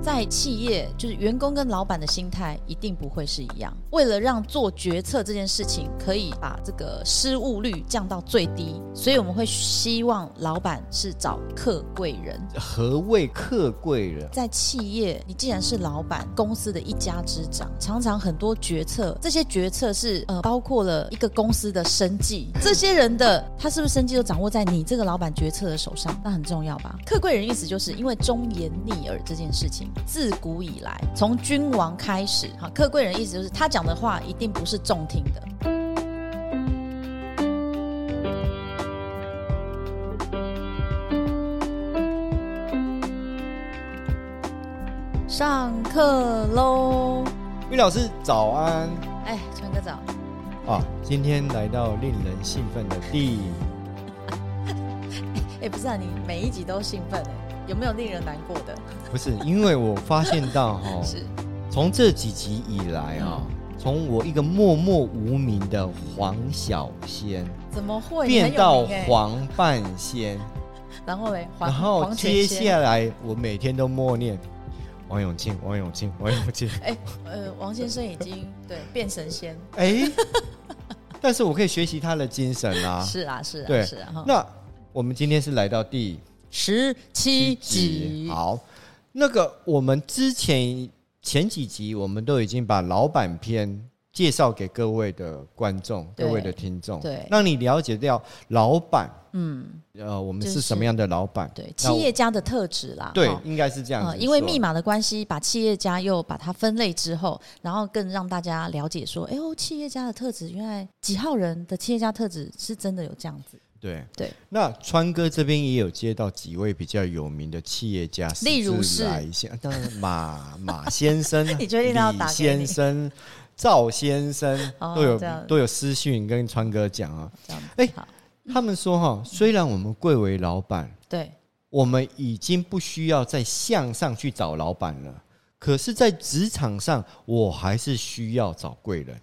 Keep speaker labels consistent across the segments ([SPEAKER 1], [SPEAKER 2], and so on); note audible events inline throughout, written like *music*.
[SPEAKER 1] 在企业，就是员工跟老板的心态一定不会是一样。为了让做决策这件事情可以把这个失误率降到最低，所以我们会希望老板是找客贵人。
[SPEAKER 2] 何谓客贵人？
[SPEAKER 1] 在企业，你既然是老板，公司的一家之长，常常很多决策，这些决策是呃包括了一个公司的生计，这些人的他是不是生计都掌握在你这个老板决策的手上，那很重要吧？客贵人意思就是因为忠言逆耳这件事情，自古以来从君王开始，哈，客贵人意思就是他讲的话一定不是中听的。上课喽！
[SPEAKER 2] 玉老师早安
[SPEAKER 1] 哎，陈哥早，
[SPEAKER 2] 啊！今天来到令人兴奋的第，
[SPEAKER 1] 哎，不是啊，你每一集都兴奋哎，有没有令人难过的？
[SPEAKER 2] 不是因为我发现到
[SPEAKER 1] *laughs*
[SPEAKER 2] 哈、
[SPEAKER 1] 是，嗯
[SPEAKER 2] 从这几集以来啊、从我一个默默无名的黄小仙
[SPEAKER 1] 怎么会你很
[SPEAKER 2] 变
[SPEAKER 1] 有
[SPEAKER 2] 到
[SPEAKER 1] 名哎
[SPEAKER 2] 黄半仙，
[SPEAKER 1] 然后嘞，黄
[SPEAKER 2] 然后
[SPEAKER 1] 黄权
[SPEAKER 2] 接
[SPEAKER 1] 先
[SPEAKER 2] 下来我每天都默念王永庆，王永庆， *laughs* 王永庆。
[SPEAKER 1] 哎，呃，王先生已经对变神仙，
[SPEAKER 2] 哎，但是我可以学习他的精神啊。
[SPEAKER 1] 是啊，是啊，
[SPEAKER 2] 对
[SPEAKER 1] 是啊，哈，
[SPEAKER 2] 那我们今天是来到第
[SPEAKER 1] 十七
[SPEAKER 2] 集
[SPEAKER 1] 集，
[SPEAKER 2] 好，那个我们之前前几集我们都已经把老板篇介绍给各位的观众、
[SPEAKER 1] 对
[SPEAKER 2] 各位的听众，
[SPEAKER 1] 对
[SPEAKER 2] 让你了解掉老板，
[SPEAKER 1] 嗯，
[SPEAKER 2] 呃，我们
[SPEAKER 1] 就是
[SPEAKER 2] 是什么样的老板？
[SPEAKER 1] 对，
[SPEAKER 2] 那我
[SPEAKER 1] 企业家的特质啦，
[SPEAKER 2] 对
[SPEAKER 1] 哈，
[SPEAKER 2] 应该是这样
[SPEAKER 1] 呃，
[SPEAKER 2] 子，
[SPEAKER 1] 因为密。码的关系，把企业家又把它分类之后，然后更让大家了解说，哎呦，企业家的特质，原来几号人的企业家特质是真的有这样子。
[SPEAKER 2] 对
[SPEAKER 1] 对，
[SPEAKER 2] 那川哥这边也有接到几位比较有名的企业家，
[SPEAKER 1] 例如
[SPEAKER 2] 甚至
[SPEAKER 1] 是
[SPEAKER 2] 来一些， *laughs* 当然马马先生，
[SPEAKER 1] *laughs* 你确定他要
[SPEAKER 2] 李
[SPEAKER 1] 打给
[SPEAKER 2] 先
[SPEAKER 1] 你
[SPEAKER 2] 生、赵先生
[SPEAKER 1] 哦
[SPEAKER 2] 都有
[SPEAKER 1] 这样
[SPEAKER 2] 都有私讯跟川哥讲啊。
[SPEAKER 1] 这样子。
[SPEAKER 2] 哎
[SPEAKER 1] 好，
[SPEAKER 2] 他们说哈、虽然我们贵为老板，
[SPEAKER 1] 对，
[SPEAKER 2] 我们已经不需要再向上去找老板了，可是，在职场上，我还是需要找贵人。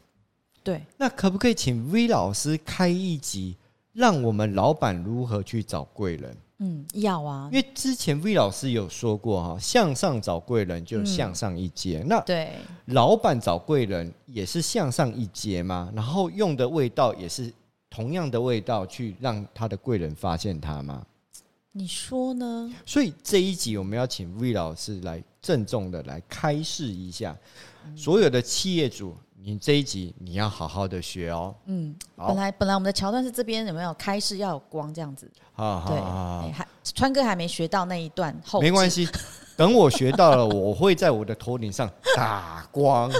[SPEAKER 1] 对，
[SPEAKER 2] 那可不可以请 V 老师开一集，让我们老板如何去找贵人？
[SPEAKER 1] 嗯，要啊
[SPEAKER 2] 因，为之前 V 老师有说过哈、向上找贵人就向上一阶，那
[SPEAKER 1] 对，
[SPEAKER 2] 老板找贵人也是向上一阶吗？然后用的味道也是同样的味道，去让他的贵人发现他吗？
[SPEAKER 1] 你说呢？
[SPEAKER 2] 所以这一集我们要请 V 老师来郑重的来开示一下，
[SPEAKER 1] 嗯
[SPEAKER 2] 所有的企业主，你这一集你要好好的学哦。
[SPEAKER 1] 嗯，
[SPEAKER 2] 好
[SPEAKER 1] 本来本来我们的桥段是这边有没有开市要有光这样子，
[SPEAKER 2] 好
[SPEAKER 1] 对，
[SPEAKER 2] 好好
[SPEAKER 1] 哎，还川哥还没学到那一段后，
[SPEAKER 2] 好，啊没关
[SPEAKER 1] 系，
[SPEAKER 2] 系，等我学到了，我会在我的头顶上打光。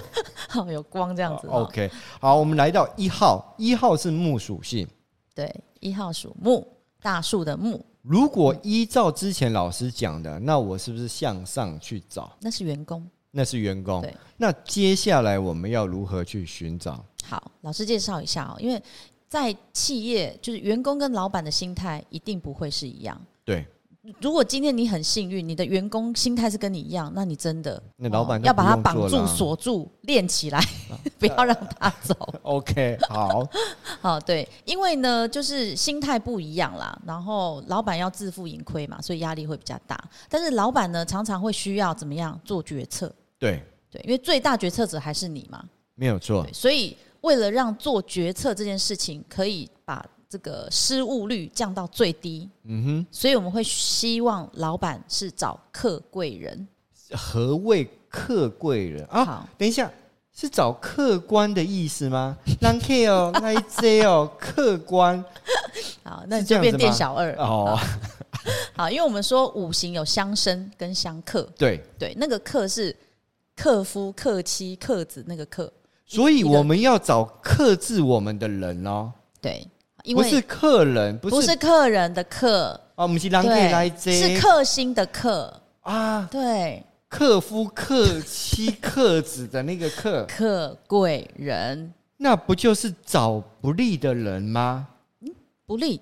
[SPEAKER 1] 好 *laughs* 有光这样子哦。
[SPEAKER 2] OK，好，我们来到一号，一号是木属性。
[SPEAKER 1] 对，一号属木，大树的木，
[SPEAKER 2] 如果依照之前老师讲的，那我是不是向上去找？
[SPEAKER 1] 那是员工。
[SPEAKER 2] 那是员工
[SPEAKER 1] 对。
[SPEAKER 2] 那接下来我们要如何去寻找？
[SPEAKER 1] 好，老师介绍一下哦，因为在企业，就是员工跟老板的心态一定不会是一样。
[SPEAKER 2] 对，
[SPEAKER 1] 如果今天你很幸运，你的员工心态是跟你一样，那你真的
[SPEAKER 2] 那老
[SPEAKER 1] 哦
[SPEAKER 2] 板就
[SPEAKER 1] 要把他
[SPEAKER 2] 不用
[SPEAKER 1] 绑
[SPEAKER 2] 做了
[SPEAKER 1] 住、
[SPEAKER 2] 啊
[SPEAKER 1] 锁住、练起来， *laughs* 不要让他走。
[SPEAKER 2] OK，好，
[SPEAKER 1] *laughs* 哦，对，因为呢，就是心态不一样啦，然后老板要自负盈亏嘛，所以压力会比较大。但是老板呢，常常会需要怎么样做决策？
[SPEAKER 2] 对，
[SPEAKER 1] 对，因为最大决策者还是你嘛，
[SPEAKER 2] 没有错
[SPEAKER 1] 对，，所以为了让做决策这件事情可以把这个失误率降到最低，
[SPEAKER 2] 嗯
[SPEAKER 1] 所以我们会希望老板是找客贵人。
[SPEAKER 2] 哼，何谓客贵人啊？
[SPEAKER 1] 好，
[SPEAKER 2] 等一下，是找客观的意思吗？让 K
[SPEAKER 1] *laughs*
[SPEAKER 2] 哦，那一 J 哦，客观
[SPEAKER 1] 好，那
[SPEAKER 2] 是
[SPEAKER 1] 你就
[SPEAKER 2] 这样
[SPEAKER 1] 变
[SPEAKER 2] 子
[SPEAKER 1] 店
[SPEAKER 2] 吗
[SPEAKER 1] 小二
[SPEAKER 2] 哦，
[SPEAKER 1] 好，因为我们说五行有相生跟相克，
[SPEAKER 2] 对，
[SPEAKER 1] 对，那个克是克夫、克妻、克子那个克，
[SPEAKER 2] 所以我们要找克制我们的人哦，
[SPEAKER 1] 对，因
[SPEAKER 2] 不
[SPEAKER 1] 为
[SPEAKER 2] 是客人，不是
[SPEAKER 1] 不是客人的克，
[SPEAKER 2] 啊，我们是让 K 来
[SPEAKER 1] 对，
[SPEAKER 2] J
[SPEAKER 1] 是克星的克，
[SPEAKER 2] 啊，
[SPEAKER 1] 对，
[SPEAKER 2] 克夫、克妻、克子的那个
[SPEAKER 1] *laughs*
[SPEAKER 2] 克，
[SPEAKER 1] 克贵人
[SPEAKER 2] 那不就是找不利的人吗？
[SPEAKER 1] 不利，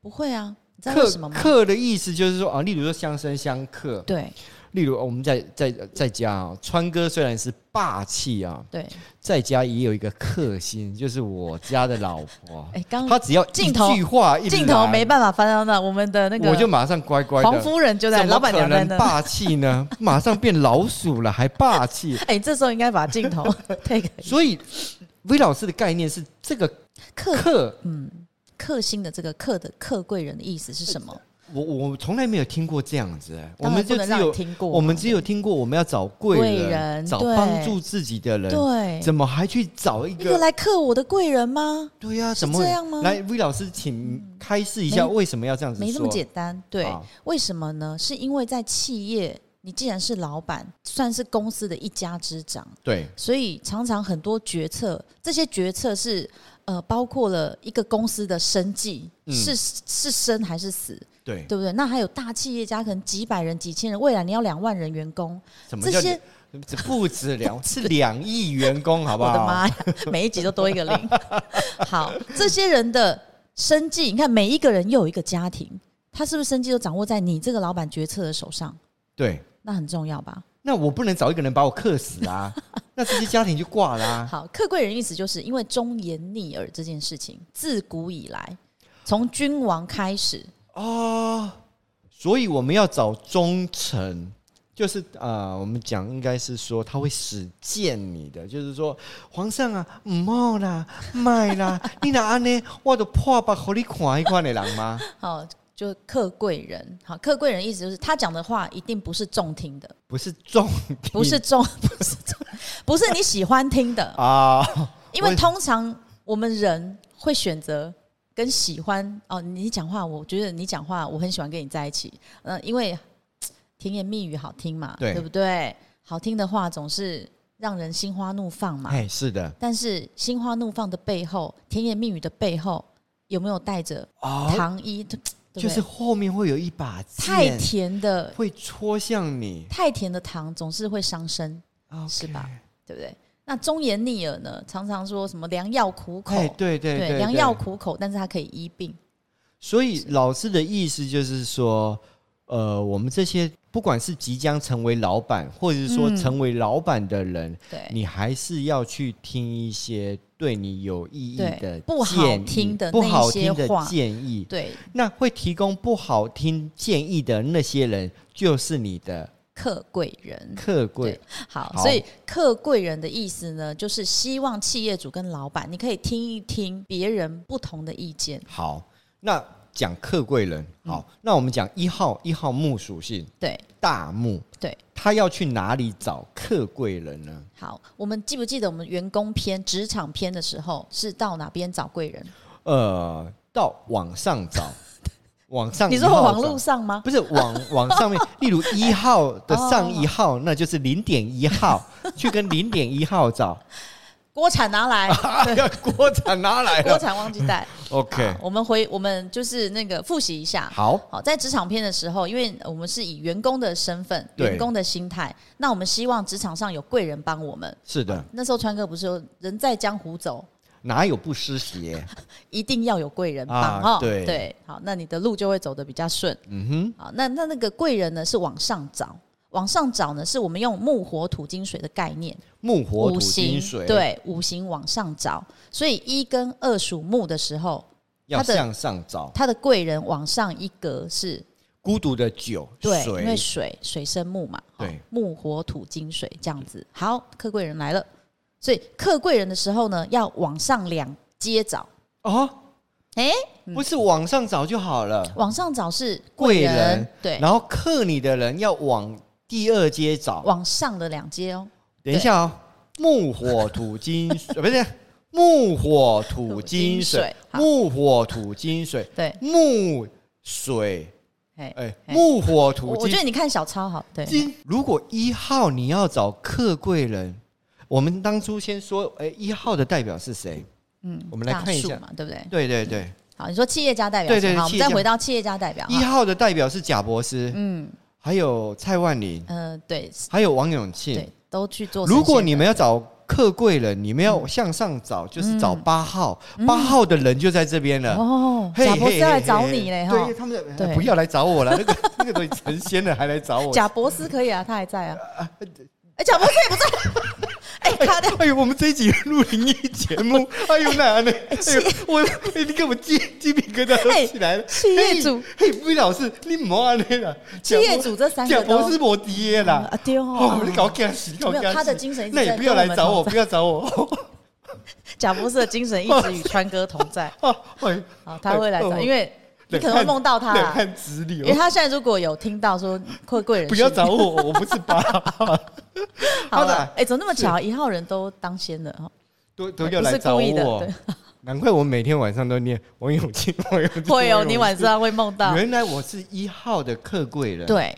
[SPEAKER 1] 不会啊，你知道为
[SPEAKER 2] 克
[SPEAKER 1] 什么吗？
[SPEAKER 2] 哦克的意思就是说啊，例如说相生相克，
[SPEAKER 1] 对，
[SPEAKER 2] 例如，哦我们在在在家啊，川哥虽然是霸气啊，
[SPEAKER 1] 对，
[SPEAKER 2] 在家也有一个克星，就是我家的老婆。
[SPEAKER 1] 哎，刚
[SPEAKER 2] 她只要一
[SPEAKER 1] 镜头
[SPEAKER 2] 句话一
[SPEAKER 1] 镜头
[SPEAKER 2] 来
[SPEAKER 1] 没办法翻到那，我们的那个
[SPEAKER 2] 我就马上乖乖的。
[SPEAKER 1] 黄夫人就在，
[SPEAKER 2] 怎
[SPEAKER 1] 老
[SPEAKER 2] 么
[SPEAKER 1] 板
[SPEAKER 2] 可
[SPEAKER 1] 娘在
[SPEAKER 2] 能
[SPEAKER 1] 那。
[SPEAKER 2] 霸气呢？马上变老鼠了，还霸气。
[SPEAKER 1] 哎，这时候应该把
[SPEAKER 2] *laughs*
[SPEAKER 1] 镜头 take
[SPEAKER 2] 所以威老师的概念是这个
[SPEAKER 1] 克
[SPEAKER 2] 克，
[SPEAKER 1] 克星的这个克的克贵人的意思是什么？
[SPEAKER 2] 我我从来没有听过这样子、哎我
[SPEAKER 1] 当然
[SPEAKER 2] 们
[SPEAKER 1] 不
[SPEAKER 2] 就
[SPEAKER 1] 能
[SPEAKER 2] 只
[SPEAKER 1] 让你
[SPEAKER 2] 有
[SPEAKER 1] 听过，
[SPEAKER 2] 我们只有听过我们要找贵人，
[SPEAKER 1] 贵人
[SPEAKER 2] 找
[SPEAKER 1] 对
[SPEAKER 2] 帮助自己的人，
[SPEAKER 1] 对，
[SPEAKER 2] 怎么还去找一
[SPEAKER 1] 一个
[SPEAKER 2] 个？
[SPEAKER 1] 来克我的贵人吗？
[SPEAKER 2] 对呀、
[SPEAKER 1] 是
[SPEAKER 2] 怎么会
[SPEAKER 1] 这样吗
[SPEAKER 2] 来，威老师，请开示一下
[SPEAKER 1] 没
[SPEAKER 2] 为什么要这样子说？
[SPEAKER 1] 没这么简单，对
[SPEAKER 2] 好，
[SPEAKER 1] 为什么呢？是因为在企业，你既然是老板，算是公司的一家之长，
[SPEAKER 2] 对，
[SPEAKER 1] 所以常常很多决策，这些决策是呃，包括了一个公司的生计、
[SPEAKER 2] 嗯
[SPEAKER 1] 是是生还是死，
[SPEAKER 2] 对，
[SPEAKER 1] 对不对？那还有大企业家，可能几百人、几千人，未来你要两万人员工，
[SPEAKER 2] 什么
[SPEAKER 1] 这
[SPEAKER 2] 叫
[SPEAKER 1] 些
[SPEAKER 2] 这不
[SPEAKER 1] *laughs*
[SPEAKER 2] 止两是两亿员工，好不
[SPEAKER 1] 我
[SPEAKER 2] 好？
[SPEAKER 1] 的妈呀，每一集都多一个零。 *laughs* 好，这些人的生计，你看每一个人又有一个家庭，他是不是生计都掌握在你这个老板决策的手上？
[SPEAKER 2] 对，
[SPEAKER 1] 那很重要吧？
[SPEAKER 2] 那我不能找一个人把我克死
[SPEAKER 1] *laughs*
[SPEAKER 2] 啊，那这些家庭就挂啊啦、
[SPEAKER 1] 好，客贵人意思就是因为忠言逆耳这件事情，自古以来，从君王开始，
[SPEAKER 2] 哦，所以我们要找忠诚，就是呃，我们讲应该是说他会使见你的，就是说皇上啊，唔好啦，卖
[SPEAKER 1] *laughs*
[SPEAKER 2] 啦，你哪安呢？我都破把给你看一看的人吗？
[SPEAKER 1] 好，就客贵人。好，客贵人意思就是他讲的话一定不是中听的，
[SPEAKER 2] 不是忠，
[SPEAKER 1] 不
[SPEAKER 2] 嗯
[SPEAKER 1] 是中， *laughs* 不是中，不是你喜欢听的，
[SPEAKER 2] 啊、
[SPEAKER 1] 因为
[SPEAKER 2] 我
[SPEAKER 1] 通常我们人会选择跟喜欢哦，你讲话，我觉得你讲话，我很喜欢跟你在一起。嗯、因为嘖甜言蜜语好听嘛，
[SPEAKER 2] 对
[SPEAKER 1] 不对？好听的话总是让人心花怒放嘛。
[SPEAKER 2] 哎，是的，
[SPEAKER 1] 但是心花怒放的背后，甜言蜜语的背后，有没有带着
[SPEAKER 2] 哦，
[SPEAKER 1] 糖衣？嘖对不对
[SPEAKER 2] 就是后面会有一把
[SPEAKER 1] 太
[SPEAKER 2] 剑，
[SPEAKER 1] 甜的，
[SPEAKER 2] 会戳向你，
[SPEAKER 1] 太甜的糖总是会伤身，是吧
[SPEAKER 2] OK？
[SPEAKER 1] 对不对？那忠言逆耳呢？常常说什么良药苦口，
[SPEAKER 2] 哎，对对对，
[SPEAKER 1] 良
[SPEAKER 2] 对
[SPEAKER 1] 药苦口，但是它可以医病。
[SPEAKER 2] 所以老师的意思就是说，呃，我们这些不管是即将成为老板，或者是说
[SPEAKER 1] 嗯
[SPEAKER 2] 成为老板的人，
[SPEAKER 1] 对
[SPEAKER 2] 你还是要去听一些对你有意义的建
[SPEAKER 1] 对
[SPEAKER 2] 议
[SPEAKER 1] 不好听的
[SPEAKER 2] 不
[SPEAKER 1] 那一
[SPEAKER 2] 好
[SPEAKER 1] 些
[SPEAKER 2] 听的
[SPEAKER 1] 话
[SPEAKER 2] 建议。
[SPEAKER 1] 对，
[SPEAKER 2] 那会提供不好听建议的那些人，就是你的
[SPEAKER 1] 客贵人。
[SPEAKER 2] 客
[SPEAKER 1] 嗯
[SPEAKER 2] 贵
[SPEAKER 1] 对。好，
[SPEAKER 2] 好
[SPEAKER 1] 所以客贵人的意思呢，就是希望企业主跟老板，你可以听一听别人不同的意见。
[SPEAKER 2] 好，那讲客贵人。
[SPEAKER 1] 嗯
[SPEAKER 2] 好，那我们讲一号，一号木属性
[SPEAKER 1] 对，
[SPEAKER 2] 大木，
[SPEAKER 1] 对，
[SPEAKER 2] 他要去哪里找客贵人呢？
[SPEAKER 1] 好，我们记不记得我们员工篇、职场篇的时候是到哪边找贵人？
[SPEAKER 2] 呃，到网上
[SPEAKER 1] *laughs*
[SPEAKER 2] 找，网上
[SPEAKER 1] 你
[SPEAKER 2] 一
[SPEAKER 1] 说
[SPEAKER 2] 号
[SPEAKER 1] 网
[SPEAKER 2] 找
[SPEAKER 1] 络上吗？
[SPEAKER 2] 不
[SPEAKER 1] *laughs*
[SPEAKER 2] 是网网上面，例如一号的上一
[SPEAKER 1] 哦
[SPEAKER 2] 号，那就是零点一号，
[SPEAKER 1] *laughs*
[SPEAKER 2] 去跟零点一号找，
[SPEAKER 1] 锅铲拿
[SPEAKER 2] *laughs*
[SPEAKER 1] 来，
[SPEAKER 2] 要锅铲拿来 *laughs*
[SPEAKER 1] 锅
[SPEAKER 2] 了。
[SPEAKER 1] 铲忘记带。
[SPEAKER 2] OK，
[SPEAKER 1] 好我们回，我们就是那个复习一下。
[SPEAKER 2] 好，
[SPEAKER 1] 好，在职场篇的时候，因为我们是以员工的身份、
[SPEAKER 2] 对
[SPEAKER 1] 员工的心态，那我们希望职场上有贵人帮我们。
[SPEAKER 2] 是的，
[SPEAKER 1] 那时候川哥不是说“人在江湖走，
[SPEAKER 2] 哪有不湿鞋？
[SPEAKER 1] 一定要有贵人帮”
[SPEAKER 2] 啊
[SPEAKER 1] 哦，
[SPEAKER 2] 对
[SPEAKER 1] 好，那你的路就会走得比较顺。
[SPEAKER 2] 嗯哼，
[SPEAKER 1] 好，那那那个贵人呢是往上找，往上找呢是我们用木火土金水的概念，
[SPEAKER 2] 木火土
[SPEAKER 1] 五行
[SPEAKER 2] 金水，，
[SPEAKER 1] 对五行往上找，所以一跟二属木的时候，
[SPEAKER 2] 要
[SPEAKER 1] 它的
[SPEAKER 2] 向上找。
[SPEAKER 1] 它的贵人往上一格是
[SPEAKER 2] 孤独的酒，
[SPEAKER 1] 对，因为
[SPEAKER 2] 水，
[SPEAKER 1] 水水生木嘛，
[SPEAKER 2] 对
[SPEAKER 1] 哦木火土金水这样子。好，客贵人来了，所以客贵人的时候呢，要往上两阶找。
[SPEAKER 2] 哦，
[SPEAKER 1] 哎、
[SPEAKER 2] 不是网上找就好了。
[SPEAKER 1] 往上找是
[SPEAKER 2] 贵
[SPEAKER 1] 贵人，
[SPEAKER 2] 人
[SPEAKER 1] 对，
[SPEAKER 2] 然后克你的人要往第二阶找。
[SPEAKER 1] 往上的两阶哦，
[SPEAKER 2] 等一下哦，木火土金水，呃 *laughs* 不是木火土金
[SPEAKER 1] 土金
[SPEAKER 2] 水
[SPEAKER 1] 水，好
[SPEAKER 2] 木火土金水，
[SPEAKER 1] 对，
[SPEAKER 2] 木水，
[SPEAKER 1] 哎、
[SPEAKER 2] 哎，
[SPEAKER 1] 哎
[SPEAKER 2] 木火
[SPEAKER 1] 我
[SPEAKER 2] 土
[SPEAKER 1] 我觉
[SPEAKER 2] 金
[SPEAKER 1] 得你看小抄好，对，
[SPEAKER 2] 金。如果一号你要找客贵人，我们当初先说，哎，一号的代表是谁？
[SPEAKER 1] 嗯，
[SPEAKER 2] 我们来看一下
[SPEAKER 1] 大树嘛，嗯对不对？
[SPEAKER 2] 对对对，
[SPEAKER 1] 好，你说企业家代表，
[SPEAKER 2] 对对对
[SPEAKER 1] 好，我
[SPEAKER 2] 企
[SPEAKER 1] 们
[SPEAKER 2] 业家
[SPEAKER 1] 再回到企业家代表，
[SPEAKER 2] 一
[SPEAKER 1] 哈
[SPEAKER 2] 号的代表是贾博士，
[SPEAKER 1] 嗯
[SPEAKER 2] 还有蔡万林，
[SPEAKER 1] 呃，对
[SPEAKER 2] 还有王永庆。
[SPEAKER 1] 对，都去做神仙的。
[SPEAKER 2] 如果你们要找客贵人，你们要向上找，就是找八号，八号的人就在这边了。
[SPEAKER 1] 嗯哦，
[SPEAKER 2] 嘿
[SPEAKER 1] 贾博士
[SPEAKER 2] 嘿
[SPEAKER 1] 要来
[SPEAKER 2] 嘿
[SPEAKER 1] 找
[SPEAKER 2] 嘿
[SPEAKER 1] 你嘞哈
[SPEAKER 2] 对，。他们哎
[SPEAKER 1] 对
[SPEAKER 2] 不要来找我
[SPEAKER 1] *laughs*
[SPEAKER 2] 了，那个那个东西成仙了还来找我。
[SPEAKER 1] 贾博士可以啊，他还在啊。哎，贾博士也不在。 *laughs* 哎，他的
[SPEAKER 2] 哎呦，我们这一集录灵异节
[SPEAKER 1] *laughs*
[SPEAKER 2] 目，哎呦那呢？哎呦，我哎你给我鸡鸡皮疙瘩都起来了。哎
[SPEAKER 1] 企业哎主
[SPEAKER 2] 嘿，嘿，魏老师，你莫安尼啦，
[SPEAKER 1] 企业主这三个
[SPEAKER 2] 贾
[SPEAKER 1] 都
[SPEAKER 2] 博士摩迪耶啦，
[SPEAKER 1] 啊对
[SPEAKER 2] 哦
[SPEAKER 1] 哦，，
[SPEAKER 2] 你搞惊死，搞
[SPEAKER 1] 没有
[SPEAKER 2] 惊死
[SPEAKER 1] 他的精神一直
[SPEAKER 2] 那也
[SPEAKER 1] 在
[SPEAKER 2] 不要
[SPEAKER 1] 跟我
[SPEAKER 2] 来
[SPEAKER 1] 们哦
[SPEAKER 2] 找我，
[SPEAKER 1] 同在
[SPEAKER 2] 不要找我。哦
[SPEAKER 1] 贾博士的精神一直与川哥同
[SPEAKER 2] *laughs*
[SPEAKER 1] 在。
[SPEAKER 2] 哦哎
[SPEAKER 1] 好，他会来找，
[SPEAKER 2] 哎
[SPEAKER 1] 因为你可能会梦到他啊
[SPEAKER 2] 冷
[SPEAKER 1] 啦。
[SPEAKER 2] 汗直
[SPEAKER 1] 因
[SPEAKER 2] 流
[SPEAKER 1] 为。他现在如果有听到说贵贵人
[SPEAKER 2] 不要
[SPEAKER 1] 是你
[SPEAKER 2] 找我，我不是
[SPEAKER 1] *laughs*
[SPEAKER 2] 八号，
[SPEAKER 1] 好
[SPEAKER 2] 他的
[SPEAKER 1] 了，哎，怎么那么巧？一号人都当先了哈，
[SPEAKER 2] 都都要
[SPEAKER 1] 不
[SPEAKER 2] 来
[SPEAKER 1] 是
[SPEAKER 2] 找
[SPEAKER 1] 故意的。
[SPEAKER 2] *laughs* 我
[SPEAKER 1] 对。哦
[SPEAKER 2] 难怪我每天晚上都念王永庆，王永庆。
[SPEAKER 1] *laughs* 会哦，
[SPEAKER 2] 王永
[SPEAKER 1] 你晚
[SPEAKER 2] 庆
[SPEAKER 1] 上会梦到。
[SPEAKER 2] 原来我是一号的客贵人，
[SPEAKER 1] 对，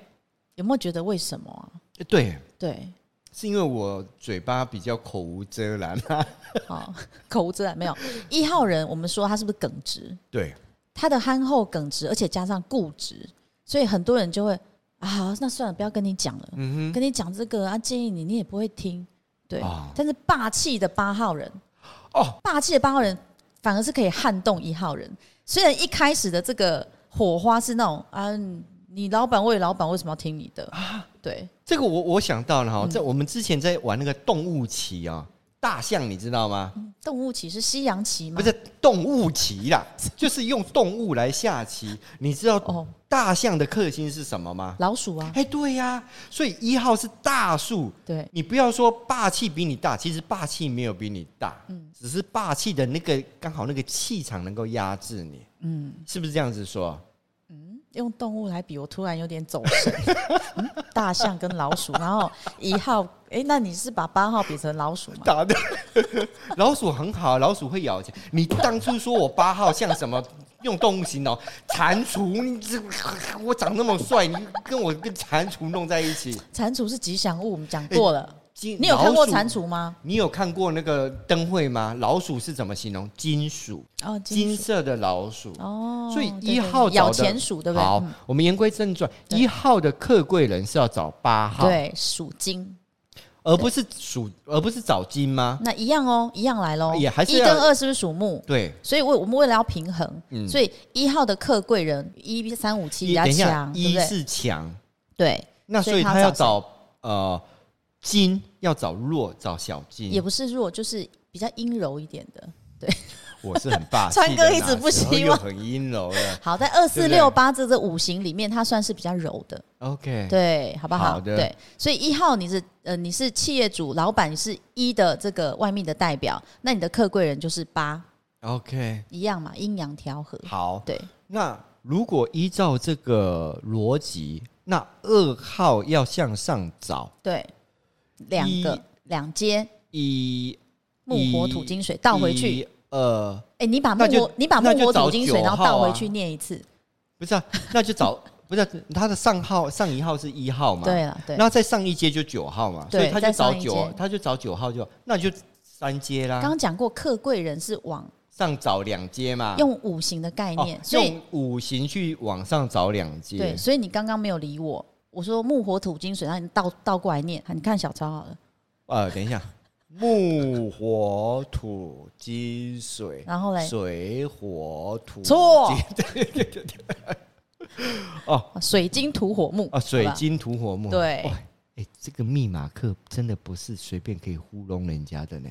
[SPEAKER 1] 有没有觉得为什么啊？
[SPEAKER 2] 对，
[SPEAKER 1] 对，
[SPEAKER 2] 是因为我嘴巴比较口无遮拦 *laughs* 啊。
[SPEAKER 1] 好，哦 *laughs* 口无遮拦没有。一号人，我们说他是不是耿直？
[SPEAKER 2] 对，
[SPEAKER 1] 他的憨厚耿直，而且加上固执，所以很多人就会啊，好那算了，不要跟你讲了，
[SPEAKER 2] 嗯
[SPEAKER 1] 跟你讲这个啊，建议你，你也不会听。对，
[SPEAKER 2] 啊
[SPEAKER 1] 但是霸气的八号人，
[SPEAKER 2] 哼，哦，
[SPEAKER 1] 霸气的八号人反而是可以撼动一号人。虽然一开始的这个火花是那种啊，你老板为老板为什么要听你的？
[SPEAKER 2] 啊
[SPEAKER 1] 对，
[SPEAKER 2] 这个我我想到
[SPEAKER 1] 嗯
[SPEAKER 2] 了哈，在我们之前在玩那个动物棋啊，大象你知道吗？
[SPEAKER 1] 动物棋是西洋棋吗？
[SPEAKER 2] 不是动物棋啦，就是用动物来下棋。你知道
[SPEAKER 1] 哦，
[SPEAKER 2] 大象的克星是什么吗？
[SPEAKER 1] 老鼠啊，
[SPEAKER 2] 哎，对呀、所以一号是大树，
[SPEAKER 1] 对，
[SPEAKER 2] 你不要说霸气比你大，其实霸气没有比你大，
[SPEAKER 1] 嗯
[SPEAKER 2] 只是霸气的那个刚好那个气场能够压制你，
[SPEAKER 1] 嗯。
[SPEAKER 2] 是不是这样子说？
[SPEAKER 1] 用动物来比，我突然有点走神。 *laughs* 嗯、大象跟老鼠，然后一号，哎、那你是把八号比成老鼠吗？
[SPEAKER 2] 打的 *laughs* 老鼠很好，啊老鼠会咬钱。你当初说我八号像什么？用动物形容蟾蜍，你这我长那么帅，你跟我跟蟾蜍弄在一起，
[SPEAKER 1] 蟾蜍是吉祥物，我们讲过了。
[SPEAKER 2] 金
[SPEAKER 1] 你有看过
[SPEAKER 2] 老鼠
[SPEAKER 1] 蟾蜍吗？
[SPEAKER 2] 你有看过那个灯会吗？老鼠是怎么形容？金属，
[SPEAKER 1] 哦，
[SPEAKER 2] 金
[SPEAKER 1] 金
[SPEAKER 2] 色的老鼠。
[SPEAKER 1] 哦，
[SPEAKER 2] 所以
[SPEAKER 1] 对
[SPEAKER 2] 一
[SPEAKER 1] 对
[SPEAKER 2] 号
[SPEAKER 1] 咬
[SPEAKER 2] 找的
[SPEAKER 1] 钱鼠，对不对？
[SPEAKER 2] 好
[SPEAKER 1] 嗯，
[SPEAKER 2] 我们言归正传，
[SPEAKER 1] 对
[SPEAKER 2] 一号的客贵人是要找八号，
[SPEAKER 1] 对，属金，
[SPEAKER 2] 而不是属，而不是找金吗？
[SPEAKER 1] 那一样哦，一样来喽。
[SPEAKER 2] 也还是
[SPEAKER 1] 一
[SPEAKER 2] 要
[SPEAKER 1] 跟二是不是属木？
[SPEAKER 2] 对，
[SPEAKER 1] 所以为我们为了要平衡，
[SPEAKER 2] 嗯
[SPEAKER 1] 所以一号的客贵人一三五七比
[SPEAKER 2] 一
[SPEAKER 1] 较
[SPEAKER 2] 等一下
[SPEAKER 1] 强，，对
[SPEAKER 2] 一
[SPEAKER 1] 不对？
[SPEAKER 2] 是强，
[SPEAKER 1] 对，
[SPEAKER 2] 那
[SPEAKER 1] 所
[SPEAKER 2] 所
[SPEAKER 1] 以
[SPEAKER 2] 以
[SPEAKER 1] 他
[SPEAKER 2] 他要
[SPEAKER 1] 找
[SPEAKER 2] 找呃金，要找弱，找小
[SPEAKER 1] 也
[SPEAKER 2] 金。
[SPEAKER 1] 不是弱，就是比较阴柔一点的。
[SPEAKER 2] 我是很霸气的
[SPEAKER 1] 川
[SPEAKER 2] 啦，
[SPEAKER 1] 哥一直不
[SPEAKER 2] 时候
[SPEAKER 1] 希
[SPEAKER 2] 又
[SPEAKER 1] 望
[SPEAKER 2] 很阴柔的。
[SPEAKER 1] 好，在二四
[SPEAKER 2] 对
[SPEAKER 1] 六
[SPEAKER 2] 不
[SPEAKER 1] 八这这五行里面，它算是比较柔的，
[SPEAKER 2] OK，
[SPEAKER 1] *laughs* 对，好不好？
[SPEAKER 2] 好的
[SPEAKER 1] 对，所以一号你是呃你是企业主老板，你是一的这个外面的代表，那你的客贵人就是八，
[SPEAKER 2] OK，
[SPEAKER 1] 一样嘛，阴阳调和。
[SPEAKER 2] 好。
[SPEAKER 1] 对，
[SPEAKER 2] 那如果依照这个逻辑，那二号要向上找
[SPEAKER 1] 对，两个
[SPEAKER 2] 一
[SPEAKER 1] 两阶
[SPEAKER 2] 一
[SPEAKER 1] 木火土金水倒回去，，
[SPEAKER 2] 一呃，
[SPEAKER 1] 哎、你把木
[SPEAKER 2] 那就
[SPEAKER 1] 火你把木
[SPEAKER 2] 那就
[SPEAKER 1] 火土
[SPEAKER 2] 找
[SPEAKER 1] 金水，
[SPEAKER 2] 九
[SPEAKER 1] 然后倒
[SPEAKER 2] 号啊
[SPEAKER 1] 回去念一次。
[SPEAKER 2] 不是啊，那就
[SPEAKER 1] *laughs*
[SPEAKER 2] 找不是啊他的上号上一号是一号嘛，，
[SPEAKER 1] 对了，对，
[SPEAKER 2] 那再上一阶就九号嘛，所
[SPEAKER 1] 对
[SPEAKER 2] 以他
[SPEAKER 1] 再
[SPEAKER 2] 就
[SPEAKER 1] 上
[SPEAKER 2] 找
[SPEAKER 1] 一
[SPEAKER 2] 九
[SPEAKER 1] 阶，
[SPEAKER 2] 他就找九号就那就三阶
[SPEAKER 1] 刚
[SPEAKER 2] 啦，
[SPEAKER 1] 刚讲过客贵人是往
[SPEAKER 2] 上找两阶嘛，
[SPEAKER 1] 用五行的概念，
[SPEAKER 2] 啊哦
[SPEAKER 1] 所以
[SPEAKER 2] 用五行去往上找两
[SPEAKER 1] 对，
[SPEAKER 2] 阶，
[SPEAKER 1] 所以你刚刚没有理我。我说木火土金水，那你倒倒过来念，你看小抄好了，
[SPEAKER 2] 呃，等一下，木火土金水，
[SPEAKER 1] 然后嘞，
[SPEAKER 2] 水火土
[SPEAKER 1] 错
[SPEAKER 2] 金哦
[SPEAKER 1] 水金土火木
[SPEAKER 2] 哦，水
[SPEAKER 1] 好吧
[SPEAKER 2] 金土火木。
[SPEAKER 1] 对
[SPEAKER 2] 哎、诶这个密码课真的不是随便可以糊弄人家的呢。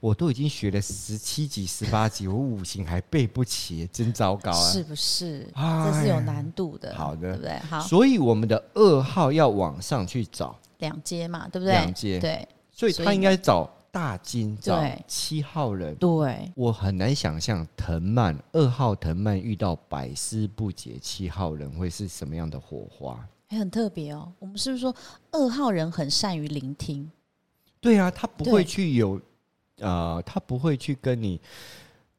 [SPEAKER 2] 我都已经学了十七级、十八级，我五行还背不起，真糟糕啊！
[SPEAKER 1] 是啊不是？
[SPEAKER 2] 哎
[SPEAKER 1] 这是有难度的，
[SPEAKER 2] 好的
[SPEAKER 1] 对不对？好，
[SPEAKER 2] 所以我们的二号要往上去找，
[SPEAKER 1] 两阶嘛，对不对？
[SPEAKER 2] 两阶
[SPEAKER 1] 对
[SPEAKER 2] 所以
[SPEAKER 1] 所
[SPEAKER 2] 他
[SPEAKER 1] 以
[SPEAKER 2] 应该找大金，找
[SPEAKER 1] 对
[SPEAKER 2] 七号人。
[SPEAKER 1] 对，
[SPEAKER 2] 我很难想象藤蔓二号藤蔓遇到百思不解七号人会是什么样的火花。
[SPEAKER 1] 还很特别哦。我们是不是说二号人很善于聆听？
[SPEAKER 2] 对啊，他不
[SPEAKER 1] 对
[SPEAKER 2] 会去有，呃，他不会去跟你。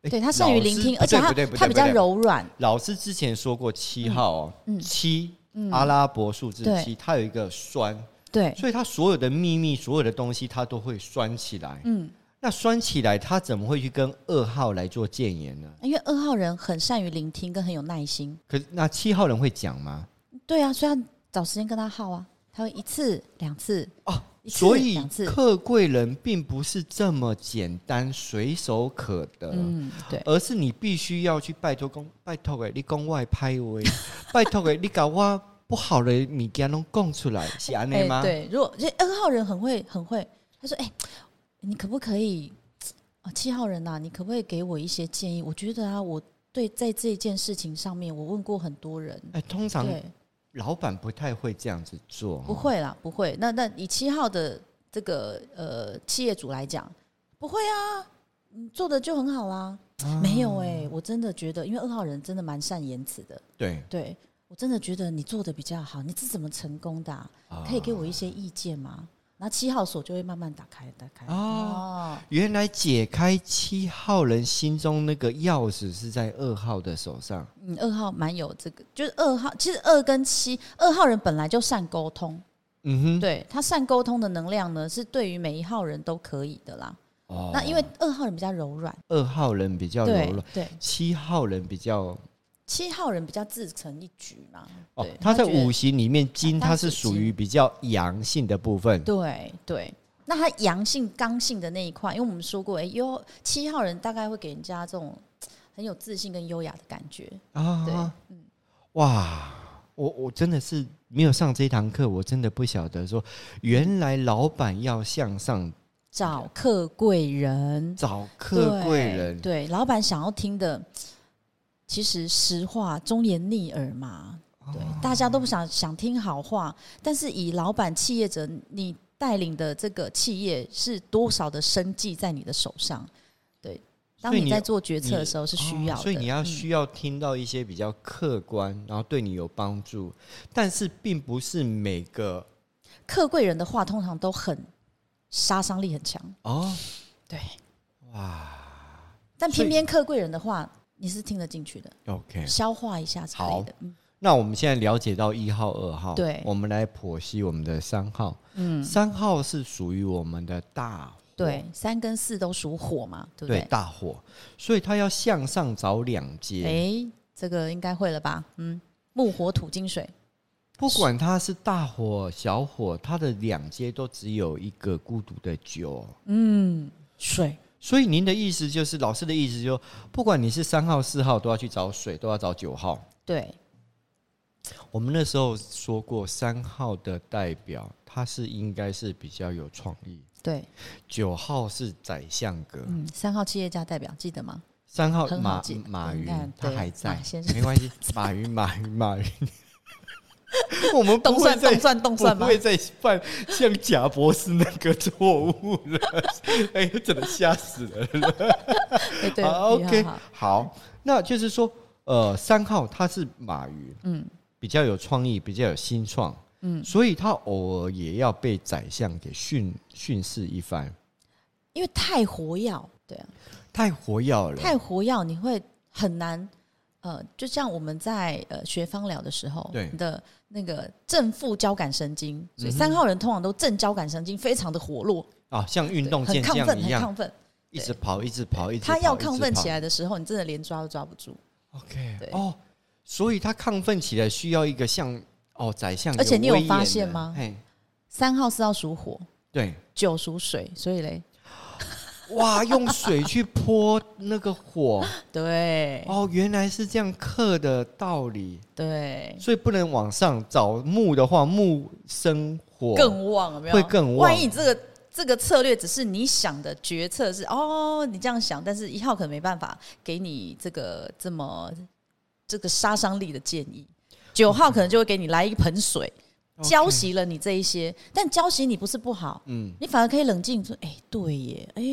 [SPEAKER 2] 诶
[SPEAKER 1] 对他善于
[SPEAKER 2] 哎老师
[SPEAKER 1] 聆听，
[SPEAKER 2] 不
[SPEAKER 1] 而且
[SPEAKER 2] 对
[SPEAKER 1] 他
[SPEAKER 2] 不对不对
[SPEAKER 1] 他比
[SPEAKER 2] 不
[SPEAKER 1] 较
[SPEAKER 2] 对
[SPEAKER 1] 柔软，
[SPEAKER 2] 老师之前说过七号哦，
[SPEAKER 1] 嗯
[SPEAKER 2] 七
[SPEAKER 1] 嗯，
[SPEAKER 2] 阿拉伯数字
[SPEAKER 1] 对
[SPEAKER 2] 七，它有一个酸，
[SPEAKER 1] 对，
[SPEAKER 2] 所以它所有的秘密、所有的东西，它都会酸起来。
[SPEAKER 1] 嗯，
[SPEAKER 2] 那酸起来，他怎么会去跟二号来做谏言呢？
[SPEAKER 1] 因为二号人很善于聆听，跟很有耐心。
[SPEAKER 2] 可是那七号人会讲吗？
[SPEAKER 1] 对啊，所以他找时间跟他耗啊，他会一次、两次、
[SPEAKER 2] 哦，
[SPEAKER 1] 一次
[SPEAKER 2] 所以
[SPEAKER 1] 两次，
[SPEAKER 2] 客贵人并不是这么简单随手可得。
[SPEAKER 1] 嗯，对，
[SPEAKER 2] 而是你必须要去拜托公，拜托诶，你公外拍位， *laughs* 拜托诶，你搞我不好的物件拢供出来，是安尼
[SPEAKER 1] *laughs*
[SPEAKER 2] 吗？
[SPEAKER 1] 哎对，如果这二号人很会很会，他说：“哎、你可不可以？啊，七号人呐、你可不可以给我一些建议？我觉得啊，我对在这件事情上面，我问过很多人，
[SPEAKER 2] 哎、通常
[SPEAKER 1] 对，
[SPEAKER 2] 老板不太会这样子做，
[SPEAKER 1] 不会啦，不会。那那以七号的这个呃企业主来讲，不会啊，你做的就很好啦。
[SPEAKER 2] 啊
[SPEAKER 1] 没有哎、我真的觉得，因为二号人真的蛮善言辞的，
[SPEAKER 2] 对，
[SPEAKER 1] 对我真的觉得你做的比较好，你是怎么成功的啊、可以给我一些意见吗？然后七号锁就会慢慢打开，打开
[SPEAKER 2] 哦
[SPEAKER 1] 哦，
[SPEAKER 2] 原来解开七号人心中那个钥匙是在二号的手上，
[SPEAKER 1] 嗯，二号蛮有这个，就是二号，其实二跟七，二号人本来就善沟通，
[SPEAKER 2] 嗯哼，
[SPEAKER 1] 对他善沟通的能量呢，是对于每一号人都可以的啦。
[SPEAKER 2] 哦
[SPEAKER 1] 那因为二号人比较柔软，
[SPEAKER 2] 二号人比较柔
[SPEAKER 1] 对
[SPEAKER 2] 软，
[SPEAKER 1] 对，
[SPEAKER 2] 七号人比较
[SPEAKER 1] 七号人比较自成一局嘛，
[SPEAKER 2] 哦
[SPEAKER 1] 对，，
[SPEAKER 2] 他在
[SPEAKER 1] 觉得
[SPEAKER 2] 五行里面金，
[SPEAKER 1] 他
[SPEAKER 2] 它是属于比较阳性的部分，
[SPEAKER 1] 对对，那他阳性刚性的那一块，因为我们说过，哎、优七号人大概会给人家这种很有自信跟优雅的感觉。对，嗯
[SPEAKER 2] 啊，哇，我我真的是没有上这一堂课，我真的不晓得说，原来老板要向上
[SPEAKER 1] 找客贵人，
[SPEAKER 2] 找客贵
[SPEAKER 1] 对
[SPEAKER 2] 人，
[SPEAKER 1] 对，老板想要听的，其实实话忠言逆耳嘛，对，
[SPEAKER 2] 哦
[SPEAKER 1] 大家都不想想听好话，但是以老板企业者你带领的这个企业是多少的生计在你的手上，对。当
[SPEAKER 2] 所以
[SPEAKER 1] 你
[SPEAKER 2] 你
[SPEAKER 1] 在做决策的
[SPEAKER 2] 你
[SPEAKER 1] 时候是
[SPEAKER 2] 哦
[SPEAKER 1] 需要的，
[SPEAKER 2] 所以你要
[SPEAKER 1] 嗯
[SPEAKER 2] 需要听到一些比较客观，然后对你有帮助，但是并不是每个
[SPEAKER 1] 客贵人的话通常都很杀伤力很强，
[SPEAKER 2] 哦，
[SPEAKER 1] 对，
[SPEAKER 2] 哇
[SPEAKER 1] 但
[SPEAKER 2] 所以
[SPEAKER 1] 偏偏客贵人的话你是听得进去的，
[SPEAKER 2] ，OK。
[SPEAKER 1] 消化一下之类的。嗯
[SPEAKER 2] 那我们现在了解到一号、二号，
[SPEAKER 1] 对
[SPEAKER 2] 我们来剖析我们的三号。
[SPEAKER 1] 嗯，
[SPEAKER 2] 三号是属于我们的大火，
[SPEAKER 1] 对，三跟四都属火嘛，对不
[SPEAKER 2] 对大火，所以他要向上找两
[SPEAKER 1] 对？
[SPEAKER 2] 阶，
[SPEAKER 1] 哎，这个应该会了吧？嗯，木火土金水，
[SPEAKER 2] 不管他是大火、小火，他的两阶都只有一个孤独的九。
[SPEAKER 1] 嗯，水
[SPEAKER 2] 所以您的意思就是，老师的意思就是，不管你是三号、四号，都要去找水，都要找九号。
[SPEAKER 1] 对，
[SPEAKER 2] 我们那时候说过，三号的代表他是应该是比较有创意，
[SPEAKER 1] 对，
[SPEAKER 2] 九号是宰相格，
[SPEAKER 1] 嗯，三号企业家代表记得吗？
[SPEAKER 2] 三号
[SPEAKER 1] 很好
[SPEAKER 2] 马
[SPEAKER 1] 记
[SPEAKER 2] 马
[SPEAKER 1] 你
[SPEAKER 2] 云
[SPEAKER 1] 看
[SPEAKER 2] 他
[SPEAKER 1] 对
[SPEAKER 2] 还在
[SPEAKER 1] 马先，生
[SPEAKER 2] 没关系，马云马云马
[SPEAKER 1] *laughs*
[SPEAKER 2] 云，我们不
[SPEAKER 1] 动
[SPEAKER 2] 会
[SPEAKER 1] 算
[SPEAKER 2] 再
[SPEAKER 1] 动算动算
[SPEAKER 2] 不
[SPEAKER 1] 吗？
[SPEAKER 2] 会再犯像贾博士那个错误了， *laughs* 哎呀，真的吓死人。
[SPEAKER 1] 哎，对
[SPEAKER 2] 好
[SPEAKER 1] 一
[SPEAKER 2] ，OK，
[SPEAKER 1] 号好
[SPEAKER 2] 好，那就是说，呃，三号他是马云，
[SPEAKER 1] 嗯，
[SPEAKER 2] 比较有创意，比较有新创，嗯，所以他偶尔也要被宰相给训训斥一番，
[SPEAKER 1] 因为太活跃，对啊，
[SPEAKER 2] 太活跃了，
[SPEAKER 1] 太活跃，你会很难。呃，就像我们在呃学芳疗的时候，
[SPEAKER 2] 对
[SPEAKER 1] 你的那个正负交感神经，所以
[SPEAKER 2] 嗯哼
[SPEAKER 1] 三号人通常都正交感神经非常的活络，
[SPEAKER 2] 啊，像运动
[SPEAKER 1] 很
[SPEAKER 2] 健
[SPEAKER 1] 亢
[SPEAKER 2] 将
[SPEAKER 1] 奋，
[SPEAKER 2] 一
[SPEAKER 1] 很
[SPEAKER 2] 样，
[SPEAKER 1] 亢奋。
[SPEAKER 2] 一直跑，一直跑，一直
[SPEAKER 1] 他要
[SPEAKER 2] 跑一直
[SPEAKER 1] 亢奋
[SPEAKER 2] 跑
[SPEAKER 1] 起来的时候，你真的连抓都抓不住，
[SPEAKER 2] ，OK，
[SPEAKER 1] 对
[SPEAKER 2] 哦，所以他亢奋起来需要一个像哦宰相，
[SPEAKER 1] 而且你有
[SPEAKER 2] 威严
[SPEAKER 1] 发
[SPEAKER 2] 的
[SPEAKER 1] 现吗
[SPEAKER 2] 嘿，
[SPEAKER 1] 三号四号属火，
[SPEAKER 2] 对，
[SPEAKER 1] 九属水，所以嘞，
[SPEAKER 2] 哇，用水去泼那个火，
[SPEAKER 1] *laughs* 对
[SPEAKER 2] 哦，原来是这样刻的道理，
[SPEAKER 1] 对，
[SPEAKER 2] 所以不能往上找木的话，木生火
[SPEAKER 1] 更旺有没有？
[SPEAKER 2] 会更旺
[SPEAKER 1] 万一你这个这个策略只是你想的决策是哦，你这样想，但是一号可能没办法给你这个这么这个杀伤力的建议，九号可能就会给你来一盆水，
[SPEAKER 2] OK
[SPEAKER 1] 浇熄了你这一些，但浇熄你不是不好，
[SPEAKER 2] 嗯，
[SPEAKER 1] 你反而可以冷静说，哎、对耶，哎、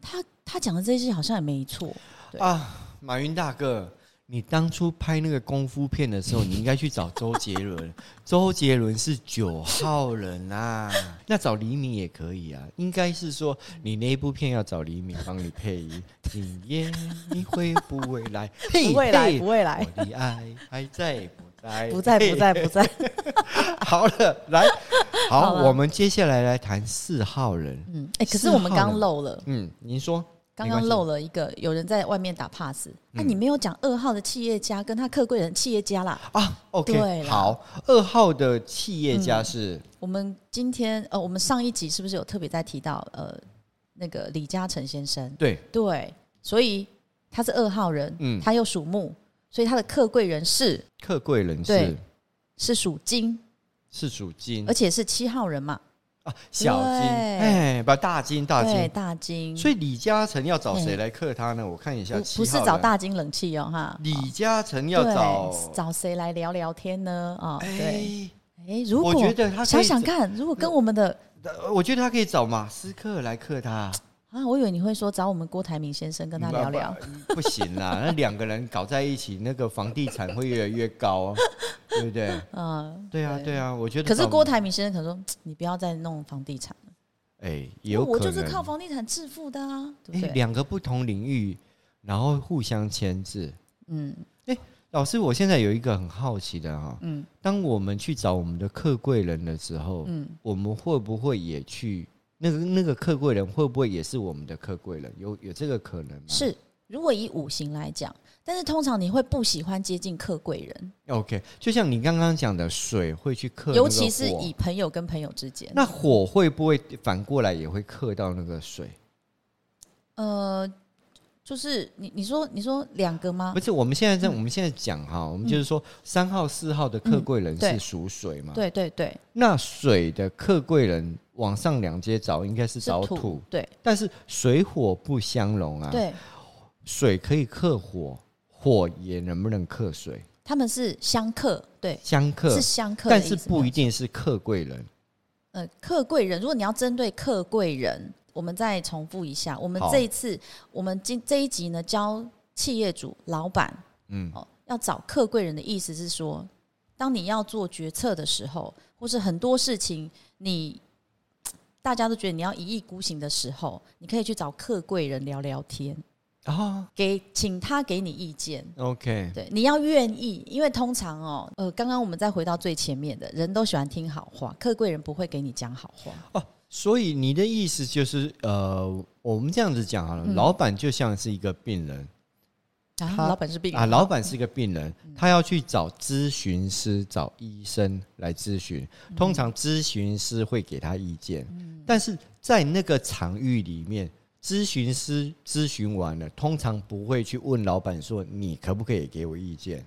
[SPEAKER 1] 他他讲的这些好像也没错，对
[SPEAKER 2] 啊，马云大哥，你当初拍那个功夫片的时候，你应该去找周杰
[SPEAKER 1] *laughs*
[SPEAKER 2] 伦，周杰伦是九号人啊，那找黎明也可以啊，应该是说你那一部片要找黎明帮你配音，今夜你会不会来？嘿
[SPEAKER 1] *laughs* 不会来，
[SPEAKER 2] 嘿
[SPEAKER 1] 不会来，
[SPEAKER 2] 我的爱还在不在？
[SPEAKER 1] 不在，不在，不在，
[SPEAKER 2] 好了，来，好，
[SPEAKER 1] 好了
[SPEAKER 2] 我们接下来来谈四号人。
[SPEAKER 1] 嗯，哎、可
[SPEAKER 2] 四
[SPEAKER 1] 是我们
[SPEAKER 2] 号
[SPEAKER 1] 刚
[SPEAKER 2] 呢
[SPEAKER 1] 漏了，
[SPEAKER 2] 嗯，您说
[SPEAKER 1] 刚
[SPEAKER 2] 没
[SPEAKER 1] 刚
[SPEAKER 2] 关系
[SPEAKER 1] 漏了一个，有人在外面打 pass，那、
[SPEAKER 2] 嗯
[SPEAKER 1] 你没有讲二号的企业家跟他客贵人企业家啦。
[SPEAKER 2] 啊
[SPEAKER 1] 对
[SPEAKER 2] ，OK，
[SPEAKER 1] 啦嗯
[SPEAKER 2] 好，二号的企业家是、
[SPEAKER 1] 我们今天呃，我们上一集是不是有特别在提到呃那个李嘉诚先生？
[SPEAKER 2] 对，
[SPEAKER 1] 对，所以他是二号人，
[SPEAKER 2] 嗯
[SPEAKER 1] 他又属木，所以他的客贵人是
[SPEAKER 2] 客贵人
[SPEAKER 1] 对
[SPEAKER 2] 是
[SPEAKER 1] 是属金，
[SPEAKER 2] 是属金
[SPEAKER 1] 而且是七号人嘛，
[SPEAKER 2] 啊，小金，
[SPEAKER 1] 对
[SPEAKER 2] 哎，把大金大
[SPEAKER 1] 对，
[SPEAKER 2] 金。
[SPEAKER 1] 大金，
[SPEAKER 2] 所以李嘉诚要找
[SPEAKER 1] 嗯
[SPEAKER 2] 谁来克他呢？我看一下，
[SPEAKER 1] 不
[SPEAKER 2] 七
[SPEAKER 1] 不是
[SPEAKER 2] 号
[SPEAKER 1] 找
[SPEAKER 2] 人
[SPEAKER 1] 大金冷气哦哈，
[SPEAKER 2] 李嘉诚要找
[SPEAKER 1] 对，找谁来聊聊天呢？啊、对，
[SPEAKER 2] 哎，
[SPEAKER 1] 哎，如果
[SPEAKER 2] 我觉得他可
[SPEAKER 1] 想
[SPEAKER 2] 以
[SPEAKER 1] 想看，如果跟我们的
[SPEAKER 2] 呃我觉得他可以找马斯克来克他，
[SPEAKER 1] 啊，我以为你会说找我们郭台铭先生跟他聊聊，
[SPEAKER 2] 嗯。不不不行啦， *laughs* 那两个人搞在一起，那个房地产会越来越高啊，对不对？
[SPEAKER 1] 嗯，*laughs*
[SPEAKER 2] 对啊，对啊，我觉得
[SPEAKER 1] 可是
[SPEAKER 2] 找
[SPEAKER 1] 郭台铭先生可能说，你不要再弄房地产了，
[SPEAKER 2] 哎，也有
[SPEAKER 1] 我
[SPEAKER 2] 可
[SPEAKER 1] 就是
[SPEAKER 2] 能
[SPEAKER 1] 靠房地产致富的啊，对
[SPEAKER 2] 哎
[SPEAKER 1] 不对？
[SPEAKER 2] 两个不同领域，然后互相牵制。哎
[SPEAKER 1] 嗯
[SPEAKER 2] 老师，我现在有一个很好奇的哈、
[SPEAKER 1] 嗯
[SPEAKER 2] 当我们去找我们的客贵人的时候，
[SPEAKER 1] 嗯，
[SPEAKER 2] 我们会不会也去那个那个客贵人会不会也是我们的客贵人？有有这个可能吗？
[SPEAKER 1] 是。如果以五行来讲，但是通常你会不喜欢接近客贵人，
[SPEAKER 2] OK，就像你刚刚讲的，水会去克那个火，
[SPEAKER 1] 尤其是以朋友跟朋友之间。
[SPEAKER 2] 那火会不会反过来也会克到那个水？
[SPEAKER 1] 呃，就是你你说你说两个吗
[SPEAKER 2] 不？是，我们现在
[SPEAKER 1] 嗯
[SPEAKER 2] 在、我们现在讲哈，我们就是说三号四号的克贵人是属水嘛？。
[SPEAKER 1] 对对对，
[SPEAKER 2] 那水的克贵人往上两阶找，应该是
[SPEAKER 1] 是
[SPEAKER 2] 找土，
[SPEAKER 1] 土，对
[SPEAKER 2] 但是水火不相容啊。，
[SPEAKER 1] 对，
[SPEAKER 2] 水可以克火，火也能不能克水？
[SPEAKER 1] 他们是相克，对，
[SPEAKER 2] 相克
[SPEAKER 1] 是，相克的意
[SPEAKER 2] 但
[SPEAKER 1] 思，
[SPEAKER 2] 是不一定是克贵人。
[SPEAKER 1] 呃，客贵人，如果你要针对客贵人，我们再重复一下。我们
[SPEAKER 2] 好
[SPEAKER 1] 这一次，我们今这一集呢，教企业主、老板
[SPEAKER 2] 嗯，
[SPEAKER 1] 哦，要找客贵人的意思是说，当你要做决策的时候，或是很多事情你大家都觉得你要一意孤行的时候，你可以去找客贵人聊聊天，
[SPEAKER 2] 啊、
[SPEAKER 1] 给请他给你意见。
[SPEAKER 2] OK，
[SPEAKER 1] 对，你要愿意，因为通常哦，呃，刚刚我们再回到最前面的人都喜欢听好话，客贵人不会给你讲好话。
[SPEAKER 2] 所以你的意思就是，呃，我们这样子讲好了，
[SPEAKER 1] 嗯
[SPEAKER 2] 老板就像是一个病人
[SPEAKER 1] 啊，
[SPEAKER 2] 他
[SPEAKER 1] 老板是病人嗯
[SPEAKER 2] 啊，老板是一个病人，他要去找咨询师、找医生来咨询。
[SPEAKER 1] 嗯
[SPEAKER 2] 通常咨询师会给他意见，但是在那个场域里面，咨询师咨询完了，通常不会去问老板说你可不可以给我意见。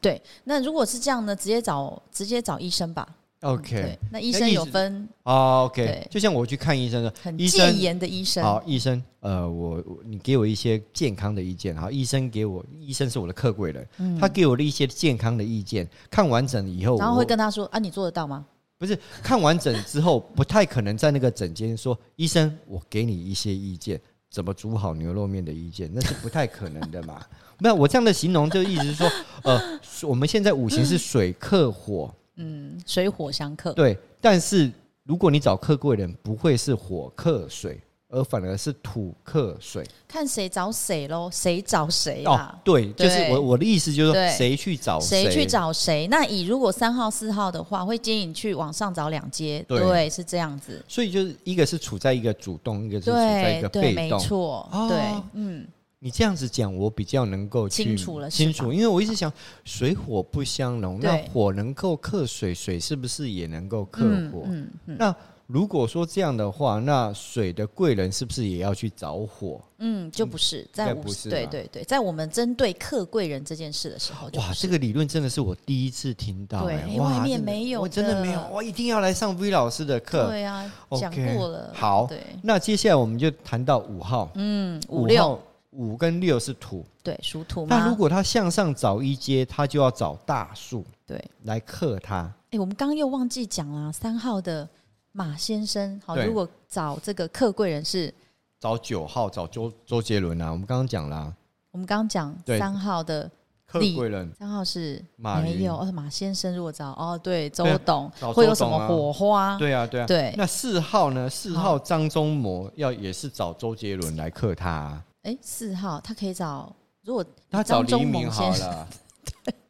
[SPEAKER 1] 对。那如果是这样呢，直接找直接找医生吧。
[SPEAKER 2] OK，
[SPEAKER 1] 嗯对，那医生有
[SPEAKER 2] 那意思
[SPEAKER 1] 分
[SPEAKER 2] 啊，OK，
[SPEAKER 1] 对
[SPEAKER 2] 就像我去看医生的，
[SPEAKER 1] 很
[SPEAKER 2] 医
[SPEAKER 1] 戒
[SPEAKER 2] 生
[SPEAKER 1] 严的医生，
[SPEAKER 2] 好，医生，呃，我我你给我一些健康的意见。好，医生给我，医生是我的客贵人，他给我的一些健康的意见。看完整以后，
[SPEAKER 1] 嗯然后
[SPEAKER 2] 我
[SPEAKER 1] 会跟他说啊，你做得到吗？
[SPEAKER 2] 不是看完整之后，不太可能在那个诊间说，医生，我给你一些意见，怎么煮好牛肉面的意见，那是不太可能的嘛。 *laughs* 那我这样的形容就意思是说，呃，我们现在五行是水克火，
[SPEAKER 1] 嗯，水火相克。
[SPEAKER 2] 对，但是如果你找客贵人，不会是火克水，而反而是土克水。
[SPEAKER 1] 看谁找谁喽，谁找谁
[SPEAKER 2] 哦
[SPEAKER 1] 啦，，
[SPEAKER 2] 对，就是
[SPEAKER 1] 哎对
[SPEAKER 2] 我我的意思就是说，
[SPEAKER 1] 对
[SPEAKER 2] 谁去找
[SPEAKER 1] 谁去？找
[SPEAKER 2] 哦
[SPEAKER 1] 谁？那以如果三号四号的话，会建议你去往上找两阶，
[SPEAKER 2] 对
[SPEAKER 1] 对，是这样子。
[SPEAKER 2] 所以就是一个是处在一个主动，一个是处在
[SPEAKER 1] 对
[SPEAKER 2] 一个
[SPEAKER 1] 对，
[SPEAKER 2] 被
[SPEAKER 1] 没
[SPEAKER 2] 动。
[SPEAKER 1] 错
[SPEAKER 2] 哦，
[SPEAKER 1] 对，嗯，
[SPEAKER 2] 你这样子讲，我比较能够去
[SPEAKER 1] 清楚了是吧
[SPEAKER 2] 清楚，因为我一直想水火不相容，
[SPEAKER 1] 对
[SPEAKER 2] 那火能够克水，水是不是也能够克
[SPEAKER 1] 嗯
[SPEAKER 2] 火？
[SPEAKER 1] 嗯嗯
[SPEAKER 2] 那如果说这样的话，那水的贵人是不是也要去找火？
[SPEAKER 1] 嗯，就不是在
[SPEAKER 2] 该
[SPEAKER 1] 五
[SPEAKER 2] 不
[SPEAKER 1] 十，
[SPEAKER 2] 是
[SPEAKER 1] 对
[SPEAKER 2] 吧
[SPEAKER 1] 对对，在我们针对客贵人这件事的时候，就
[SPEAKER 2] 哇，这个理论真的是我第一次听到、
[SPEAKER 1] 对
[SPEAKER 2] 哎
[SPEAKER 1] 因为
[SPEAKER 2] 哇
[SPEAKER 1] 外面
[SPEAKER 2] 真的
[SPEAKER 1] 没有
[SPEAKER 2] 我真的没有
[SPEAKER 1] 的，
[SPEAKER 2] 我一定要来上 V 老师的课。
[SPEAKER 1] 对啊，
[SPEAKER 2] OK，
[SPEAKER 1] 讲过了。
[SPEAKER 2] 好
[SPEAKER 1] 对，
[SPEAKER 2] 那接下来我们就谈到五号，
[SPEAKER 1] 嗯，五
[SPEAKER 2] 五
[SPEAKER 1] 六
[SPEAKER 2] 号五跟六是土，
[SPEAKER 1] 对属土吗？
[SPEAKER 2] 那如果他向上找一阶，他就要找大树
[SPEAKER 1] 对，哎、
[SPEAKER 2] 来克他。
[SPEAKER 1] 我们刚刚又忘记讲啦，三号的马先生，好，
[SPEAKER 2] 对
[SPEAKER 1] 如果找这个客贵人是，
[SPEAKER 2] 找九号，找周周杰伦啊，我们刚刚讲啦，
[SPEAKER 1] 我们刚刚讲
[SPEAKER 2] 对
[SPEAKER 1] 三号的
[SPEAKER 2] 客
[SPEAKER 1] 李
[SPEAKER 2] 贵人
[SPEAKER 1] 三号是
[SPEAKER 2] 马云
[SPEAKER 1] 没有，而马先生如果找哦，对，周
[SPEAKER 2] 对啊
[SPEAKER 1] 董、
[SPEAKER 2] 找
[SPEAKER 1] 会
[SPEAKER 2] 周
[SPEAKER 1] 有什
[SPEAKER 2] 董
[SPEAKER 1] 么
[SPEAKER 2] 啊
[SPEAKER 1] 火花？
[SPEAKER 2] 对啊，对啊。
[SPEAKER 1] 对，
[SPEAKER 2] 那四号呢？四号张忠谋要也是找周杰伦来克他啊、
[SPEAKER 1] 哎，四号他可以找，如果
[SPEAKER 2] 他找
[SPEAKER 1] 张
[SPEAKER 2] 黎
[SPEAKER 1] 忠谋
[SPEAKER 2] 明好
[SPEAKER 1] 先生
[SPEAKER 2] 了。对
[SPEAKER 1] *laughs*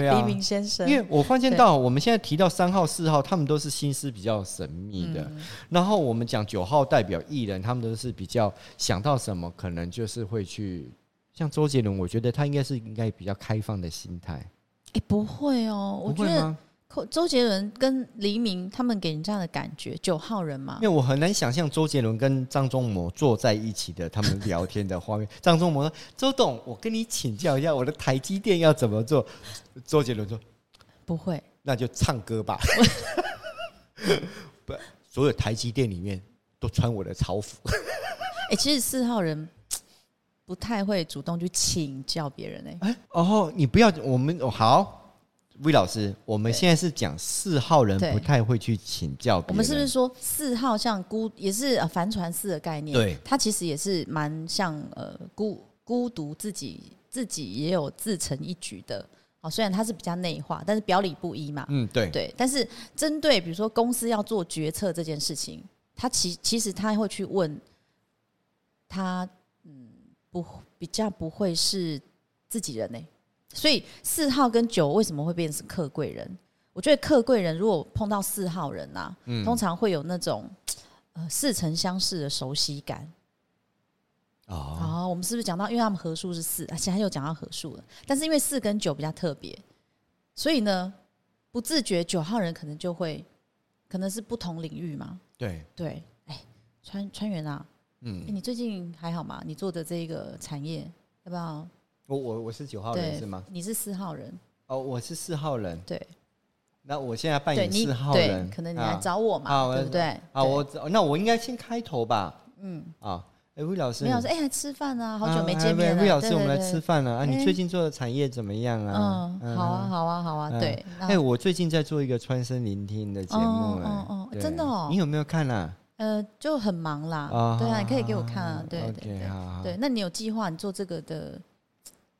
[SPEAKER 1] 黎
[SPEAKER 2] 啊，
[SPEAKER 1] 明先生，
[SPEAKER 2] 因为我发现
[SPEAKER 1] 对
[SPEAKER 2] 到我们现在提到三号、四号，他们都是心思比较神秘的。
[SPEAKER 1] 嗯
[SPEAKER 2] 然后我们讲九号代表艺人，他们都是比较想到什么，可能就是会去。像周杰伦，我觉得他应该是应该比较开放的心态，
[SPEAKER 1] 哎不会哦，我
[SPEAKER 2] 不
[SPEAKER 1] 觉
[SPEAKER 2] 会
[SPEAKER 1] 得
[SPEAKER 2] 吗？
[SPEAKER 1] 寇周杰伦跟黎明他们给人家的感觉，九号人嘛
[SPEAKER 2] 因，为我很难想象周杰伦跟张忠谋坐在一起的他们聊天的画面。张忠谋说：“周董，我跟你请教一下，我的台积电要怎么做？” *laughs* 周杰伦说：“
[SPEAKER 1] 不会，
[SPEAKER 2] 那就唱歌吧。不，所有台积电里面都穿我的潮服。
[SPEAKER 1] 哎、其实四号人不太会主动去请教别人哎、
[SPEAKER 2] 哎、 *laughs* 哦，你不要，我们、哦、好，魏老师，我们
[SPEAKER 1] 对
[SPEAKER 2] 现在是讲四号人
[SPEAKER 1] 对
[SPEAKER 2] 不太会去请教别
[SPEAKER 1] 我
[SPEAKER 2] 人，
[SPEAKER 1] 们是不是说四号像孤也是呃帆船四的概念？
[SPEAKER 2] 对
[SPEAKER 1] 它其实也是蛮像呃孤孤独自己自己也有自成一局的。哦，虽然它是比较内化，但是表里不一嘛。
[SPEAKER 2] 嗯，对，
[SPEAKER 1] 对，但是针对比如说公司要做决策这件事情，他其其实他会去问他，嗯，不比较不会是自己人呢、所以四号跟九为什么会变成是客贵人？我觉得客贵人如果碰到四号人啊，通常会有那种呃似曾相识的熟悉感。
[SPEAKER 2] 哦，
[SPEAKER 1] 哦，我们是不是讲到，因为他们合数是四，而且他又讲到合数了，但是因为四跟九比较特别，所以呢，不自觉九号人可能就会，可能是不同领域嘛。
[SPEAKER 2] 对，
[SPEAKER 1] 对，哎，川川原啊，
[SPEAKER 2] 嗯
[SPEAKER 1] 哎，你最近还好吗？你做的这个产业要不要？
[SPEAKER 2] 我我我是九号人
[SPEAKER 1] 对
[SPEAKER 2] 是吗？，
[SPEAKER 1] 你是四号人，
[SPEAKER 2] 哦，我是四号人，
[SPEAKER 1] 对，
[SPEAKER 2] 那我现在扮
[SPEAKER 1] 对
[SPEAKER 2] 演
[SPEAKER 1] 你
[SPEAKER 2] 四号
[SPEAKER 1] 对
[SPEAKER 2] 人，
[SPEAKER 1] 可能你
[SPEAKER 2] 啊
[SPEAKER 1] 来找我
[SPEAKER 2] 啊
[SPEAKER 1] 嘛，
[SPEAKER 2] 我
[SPEAKER 1] 对不对？
[SPEAKER 2] 啊，
[SPEAKER 1] 对
[SPEAKER 2] 我那我应该先开头吧，嗯，啊，哎，魏老师，
[SPEAKER 1] 没有说哎，还吃饭啊，好久没
[SPEAKER 2] 啊
[SPEAKER 1] 见
[SPEAKER 2] 喂
[SPEAKER 1] 面了。
[SPEAKER 2] 魏老师，
[SPEAKER 1] 对
[SPEAKER 2] 我们来。
[SPEAKER 1] 对
[SPEAKER 2] 吃
[SPEAKER 1] 对
[SPEAKER 2] 饭了啊！你
[SPEAKER 1] 哎
[SPEAKER 2] 最近做的产业怎么样啊
[SPEAKER 1] 嗯？，好啊，。好啊，好啊，
[SPEAKER 2] 嗯
[SPEAKER 1] 对。那
[SPEAKER 2] 哎，我最近在做一个穿声聆听的节目，
[SPEAKER 1] 哦
[SPEAKER 2] 哎
[SPEAKER 1] 哦，哦
[SPEAKER 2] 对
[SPEAKER 1] 真的哦
[SPEAKER 2] 你有没有看啊？
[SPEAKER 1] 呃，就很忙啦，
[SPEAKER 2] 啊
[SPEAKER 1] 对啊，你可以给我看啊，对
[SPEAKER 2] OK，
[SPEAKER 1] 对对
[SPEAKER 2] 好好
[SPEAKER 1] 对。那你有计划你做这个的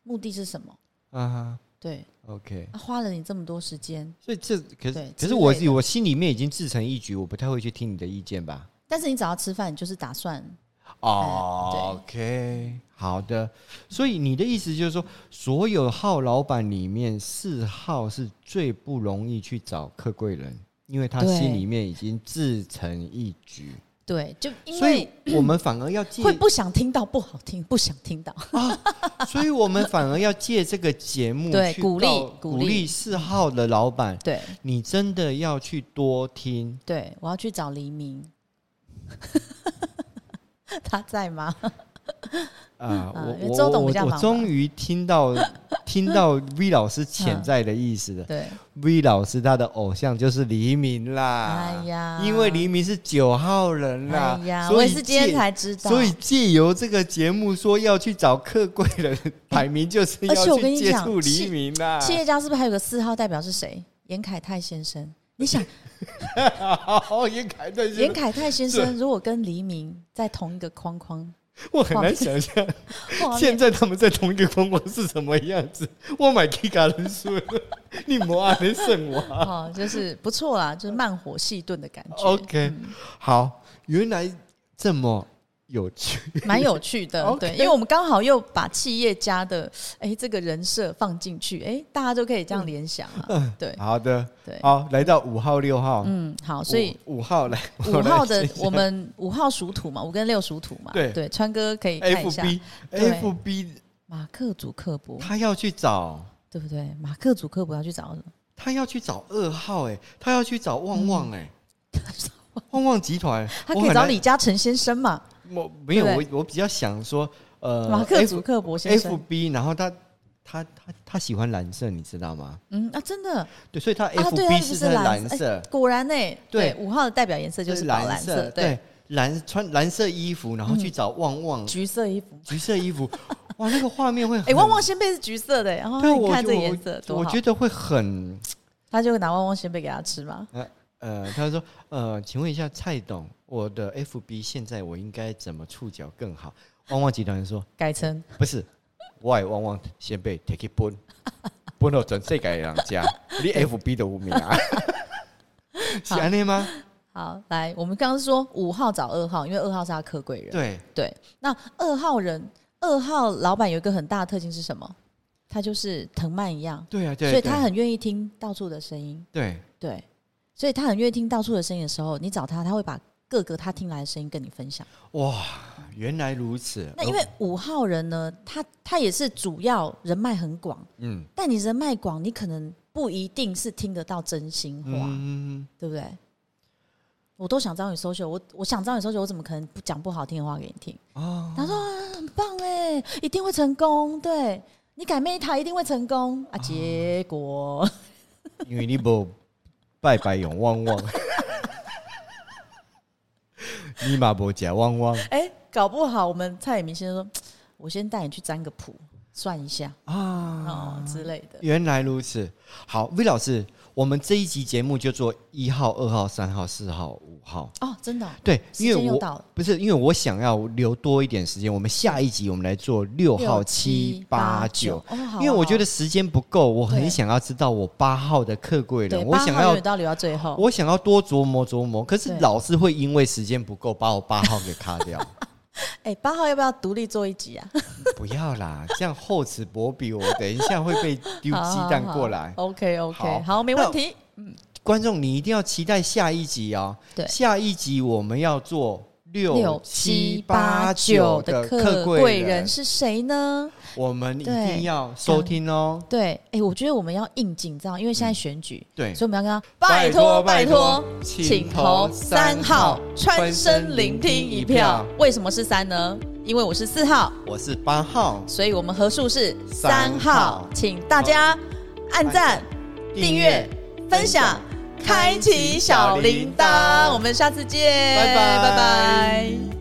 [SPEAKER 1] 目的是什么？
[SPEAKER 2] 啊
[SPEAKER 1] 对，
[SPEAKER 2] ，OK。
[SPEAKER 1] 啊、花了你这么多时间，
[SPEAKER 2] 所以这可是
[SPEAKER 1] 对
[SPEAKER 2] 可
[SPEAKER 1] 之
[SPEAKER 2] 是我
[SPEAKER 1] 类的
[SPEAKER 2] 我心里面已经自成一局，我不太会去听你的意见吧？
[SPEAKER 1] 但是你只要吃饭，你就是打算嗯
[SPEAKER 2] 哦，OK，好的。所以你的意思就是说，所有号老板里面，四号是最不容易去找客贵人，因为他
[SPEAKER 1] 对
[SPEAKER 2] 心里面已经自成一局，
[SPEAKER 1] 对，就因
[SPEAKER 2] 所以
[SPEAKER 1] 为
[SPEAKER 2] 我们反而要借，
[SPEAKER 1] 会不想听到不好听，不想听到，
[SPEAKER 2] 所以我们反而要借这个节目
[SPEAKER 1] 对
[SPEAKER 2] 去
[SPEAKER 1] 鼓励
[SPEAKER 2] 告
[SPEAKER 1] 鼓
[SPEAKER 2] 鼓
[SPEAKER 1] 励
[SPEAKER 2] 励四号的老板，
[SPEAKER 1] *laughs* 对
[SPEAKER 2] 你真的要去多听。
[SPEAKER 1] 对，我要去找黎明， *laughs* 他在吗？嗯
[SPEAKER 2] 啊，我
[SPEAKER 1] 因为
[SPEAKER 2] 我
[SPEAKER 1] 周董
[SPEAKER 2] 我
[SPEAKER 1] 比较
[SPEAKER 2] 我
[SPEAKER 1] 忙
[SPEAKER 2] 终
[SPEAKER 1] 吧
[SPEAKER 2] 于听到听到 V 老师
[SPEAKER 1] 嗯
[SPEAKER 2] 潜在的意思了。
[SPEAKER 1] 对，
[SPEAKER 2] V 老师他的偶像就是黎明啦，
[SPEAKER 1] 哎呀
[SPEAKER 2] 因为黎明是九号人啦，
[SPEAKER 1] 哎呀，
[SPEAKER 2] 所
[SPEAKER 1] 我
[SPEAKER 2] 以
[SPEAKER 1] 也是今天
[SPEAKER 2] 借
[SPEAKER 1] 才知道，
[SPEAKER 2] 所以借由这个节目说要去找客贵人，摆明就是
[SPEAKER 1] 而且
[SPEAKER 2] 要
[SPEAKER 1] 我跟
[SPEAKER 2] 去
[SPEAKER 1] 你
[SPEAKER 2] 接
[SPEAKER 1] 讲
[SPEAKER 2] 触黎
[SPEAKER 1] 企
[SPEAKER 2] 明啦。
[SPEAKER 1] 企业家是不是还有个四号代表是谁？严凯泰先生，你想
[SPEAKER 2] 哦，严凯对，
[SPEAKER 1] 严凯泰先生如果跟黎明在同一个框
[SPEAKER 2] *laughs*
[SPEAKER 1] 框，
[SPEAKER 2] 我很难想象
[SPEAKER 1] 画面
[SPEAKER 2] 现在他们在同一个框框是什么样子。我买 K 卡人数，你莫阿能胜我。
[SPEAKER 1] *laughs* 哦，就是不错啦，就是慢火细炖的感觉，
[SPEAKER 2] *laughs* OK，、好，原来这么有趣。
[SPEAKER 1] 蛮有趣的。
[SPEAKER 2] *laughs* OK
[SPEAKER 1] 对，因为我们刚好又把企业家的哎这个人设放进去，哎，大家就可以这样联想
[SPEAKER 2] *laughs*
[SPEAKER 1] 啊。对
[SPEAKER 2] 嗯好的，
[SPEAKER 1] 对，
[SPEAKER 2] 好，来到五号、六号，
[SPEAKER 1] 嗯，好，所以
[SPEAKER 2] 五五号来，
[SPEAKER 1] 五号的
[SPEAKER 2] *laughs*
[SPEAKER 1] 我们五号属土嘛，五跟六属土嘛，
[SPEAKER 2] 对
[SPEAKER 1] 对，川哥可以看一下
[SPEAKER 2] FB
[SPEAKER 1] 对
[SPEAKER 2] FB，
[SPEAKER 1] 马克祖克伯，
[SPEAKER 2] 他要去找
[SPEAKER 1] 对不对？马克祖克伯要去找
[SPEAKER 2] 他要去找二号，哎，他要去找旺旺，哎， *laughs* 旺旺集团，
[SPEAKER 1] 嗯他
[SPEAKER 2] 我
[SPEAKER 1] 可以
[SPEAKER 2] 很
[SPEAKER 1] 找
[SPEAKER 2] 难，
[SPEAKER 1] 李嘉诚先生嘛，
[SPEAKER 2] 我没有，
[SPEAKER 1] 对
[SPEAKER 2] 我我比较想说，呃，
[SPEAKER 1] 马克祖克伯先
[SPEAKER 2] F
[SPEAKER 1] 生，
[SPEAKER 2] B，然后他他他他喜欢蓝色，你知道吗？
[SPEAKER 1] 嗯啊，真的
[SPEAKER 2] 对，所以他
[SPEAKER 1] 对
[SPEAKER 2] F
[SPEAKER 1] 他
[SPEAKER 2] B
[SPEAKER 1] 就是
[SPEAKER 2] 是在
[SPEAKER 1] 蓝
[SPEAKER 2] 蓝
[SPEAKER 1] 色
[SPEAKER 2] 色，
[SPEAKER 1] 果然呢、
[SPEAKER 2] 对
[SPEAKER 1] 五号的代表颜色就是宝蓝
[SPEAKER 2] 色，
[SPEAKER 1] 对，嗯
[SPEAKER 2] 对，蓝穿蓝色衣服，然后去找旺旺
[SPEAKER 1] 橘色衣服，
[SPEAKER 2] 橘色衣服，哇，那个画面会
[SPEAKER 1] 哎、
[SPEAKER 2] 很
[SPEAKER 1] 旺旺仙贝是橘色的、然后
[SPEAKER 2] 嗯对，
[SPEAKER 1] 你
[SPEAKER 2] 我
[SPEAKER 1] 看
[SPEAKER 2] 就
[SPEAKER 1] 这个颜色
[SPEAKER 2] 我
[SPEAKER 1] 多好
[SPEAKER 2] 觉，得会很
[SPEAKER 1] 他就拿旺旺仙贝给他吃嘛，
[SPEAKER 2] 呃，他说呃，请问一下蔡董，我的 FB 现在我应该怎么触角更好？旺旺集团说
[SPEAKER 1] 改成
[SPEAKER 2] 不是，我也旺旺先被 take it *laughs* 分，分到全世界的人家，你 FB 都无名啊，
[SPEAKER 1] *laughs*
[SPEAKER 2] 是安内吗？
[SPEAKER 1] 好来，我们刚刚说五号找二号，因为二号是他客贵人，
[SPEAKER 2] 对，
[SPEAKER 1] 对，那二号人。二号老板有一个很大的特性是什么？他就是藤蔓一样，
[SPEAKER 2] 对啊，对，
[SPEAKER 1] 所以
[SPEAKER 2] 对
[SPEAKER 1] 他很愿意听到处的声音，
[SPEAKER 2] 对
[SPEAKER 1] 对，所以他很愿意听到处的声音的时候，你找他，他会把各个他听来的声音跟你分享。
[SPEAKER 2] 哇，原来如此。
[SPEAKER 1] 那因为五号人呢，他他也是主要人脉很广，
[SPEAKER 2] 嗯
[SPEAKER 1] 但你人脉广，你可能不一定是听得到真心话，
[SPEAKER 2] 嗯，
[SPEAKER 1] 对不对？我都想找你搜 l 我我想找你搜 l 我怎么可能不讲不好听的话给你听？
[SPEAKER 2] 哦，
[SPEAKER 1] 他说、啊、很棒哎，一定会成功，对你改妹塔一定会成功啊！结果、
[SPEAKER 2] 因为你不拜拜永
[SPEAKER 1] *laughs*
[SPEAKER 2] 旺旺，你嘛不假旺旺
[SPEAKER 1] 哎、搞不好我们蔡衍明先生说，我先带你去占个卜，算一下
[SPEAKER 2] 啊。
[SPEAKER 1] 哦之类的。
[SPEAKER 2] 原来如此，好，V 老师，我们这一集节目就做一号、二号、三号、四号、五号。
[SPEAKER 1] 哦，真的哦、
[SPEAKER 2] 对，
[SPEAKER 1] 时
[SPEAKER 2] 因
[SPEAKER 1] 间
[SPEAKER 2] 为
[SPEAKER 1] 又
[SPEAKER 2] 我
[SPEAKER 1] 到了，
[SPEAKER 2] 不是因为我想要留多一点时间，我们下一集我们来做六号、七、八、九，，
[SPEAKER 1] 哦，好啊
[SPEAKER 2] 因为我觉得
[SPEAKER 1] 好
[SPEAKER 2] 时间不够，我很
[SPEAKER 1] 对
[SPEAKER 2] 想要知道我八号的客贵
[SPEAKER 1] 啊对
[SPEAKER 2] 人，我
[SPEAKER 1] 八
[SPEAKER 2] 想
[SPEAKER 1] 号
[SPEAKER 2] 要
[SPEAKER 1] 永远都要留到最后，
[SPEAKER 2] 我想要多琢磨琢磨，可是
[SPEAKER 1] 对
[SPEAKER 2] 老是会因为时间不够把我八号给卡
[SPEAKER 1] *laughs*
[SPEAKER 2] 掉。
[SPEAKER 1] 哎，八号要不要独立做一集 *laughs* 啊？
[SPEAKER 2] 不要啦，这样厚此薄彼，我等一下会被丢鸡蛋
[SPEAKER 1] *laughs*
[SPEAKER 2] 过来。
[SPEAKER 1] OK
[SPEAKER 2] 好
[SPEAKER 1] OK，好，没问题。
[SPEAKER 2] 观众，你一定要期待下一集哦。
[SPEAKER 1] 对
[SPEAKER 2] 下一集我们要做六
[SPEAKER 1] 六
[SPEAKER 2] 七
[SPEAKER 1] 七
[SPEAKER 2] 八
[SPEAKER 1] 八
[SPEAKER 2] 九
[SPEAKER 1] 九
[SPEAKER 2] 的
[SPEAKER 1] 的
[SPEAKER 2] 客
[SPEAKER 1] 客
[SPEAKER 2] 贵
[SPEAKER 1] 贵
[SPEAKER 2] 人
[SPEAKER 1] 人，是谁呢？
[SPEAKER 2] 我们一
[SPEAKER 1] 对
[SPEAKER 2] 定要收听哦。
[SPEAKER 1] 对，哎，我觉得我们要应景，这样，因为现在选举，
[SPEAKER 2] 对
[SPEAKER 1] 所以我们要跟他
[SPEAKER 2] 拜
[SPEAKER 1] 拜
[SPEAKER 2] 托
[SPEAKER 1] 托
[SPEAKER 2] 拜
[SPEAKER 1] 嗯拜
[SPEAKER 2] 托
[SPEAKER 1] 托，
[SPEAKER 2] 请
[SPEAKER 1] 请
[SPEAKER 2] 投
[SPEAKER 1] 投
[SPEAKER 2] 三
[SPEAKER 1] 三
[SPEAKER 2] 号
[SPEAKER 1] 号
[SPEAKER 2] 川
[SPEAKER 1] 川
[SPEAKER 2] 生
[SPEAKER 1] 生
[SPEAKER 2] 聆
[SPEAKER 1] 聆
[SPEAKER 2] 听
[SPEAKER 1] 听
[SPEAKER 2] 一
[SPEAKER 1] 一
[SPEAKER 2] 票
[SPEAKER 1] 票。为什么是三呢？因为我是四号，
[SPEAKER 2] 我是八号，
[SPEAKER 1] 所以我们合数是
[SPEAKER 2] 三
[SPEAKER 1] 三
[SPEAKER 2] 号
[SPEAKER 1] 号，请大家按赞、订阅、分享、开启小铃铛。我们下次见，
[SPEAKER 2] 拜拜
[SPEAKER 1] 拜拜。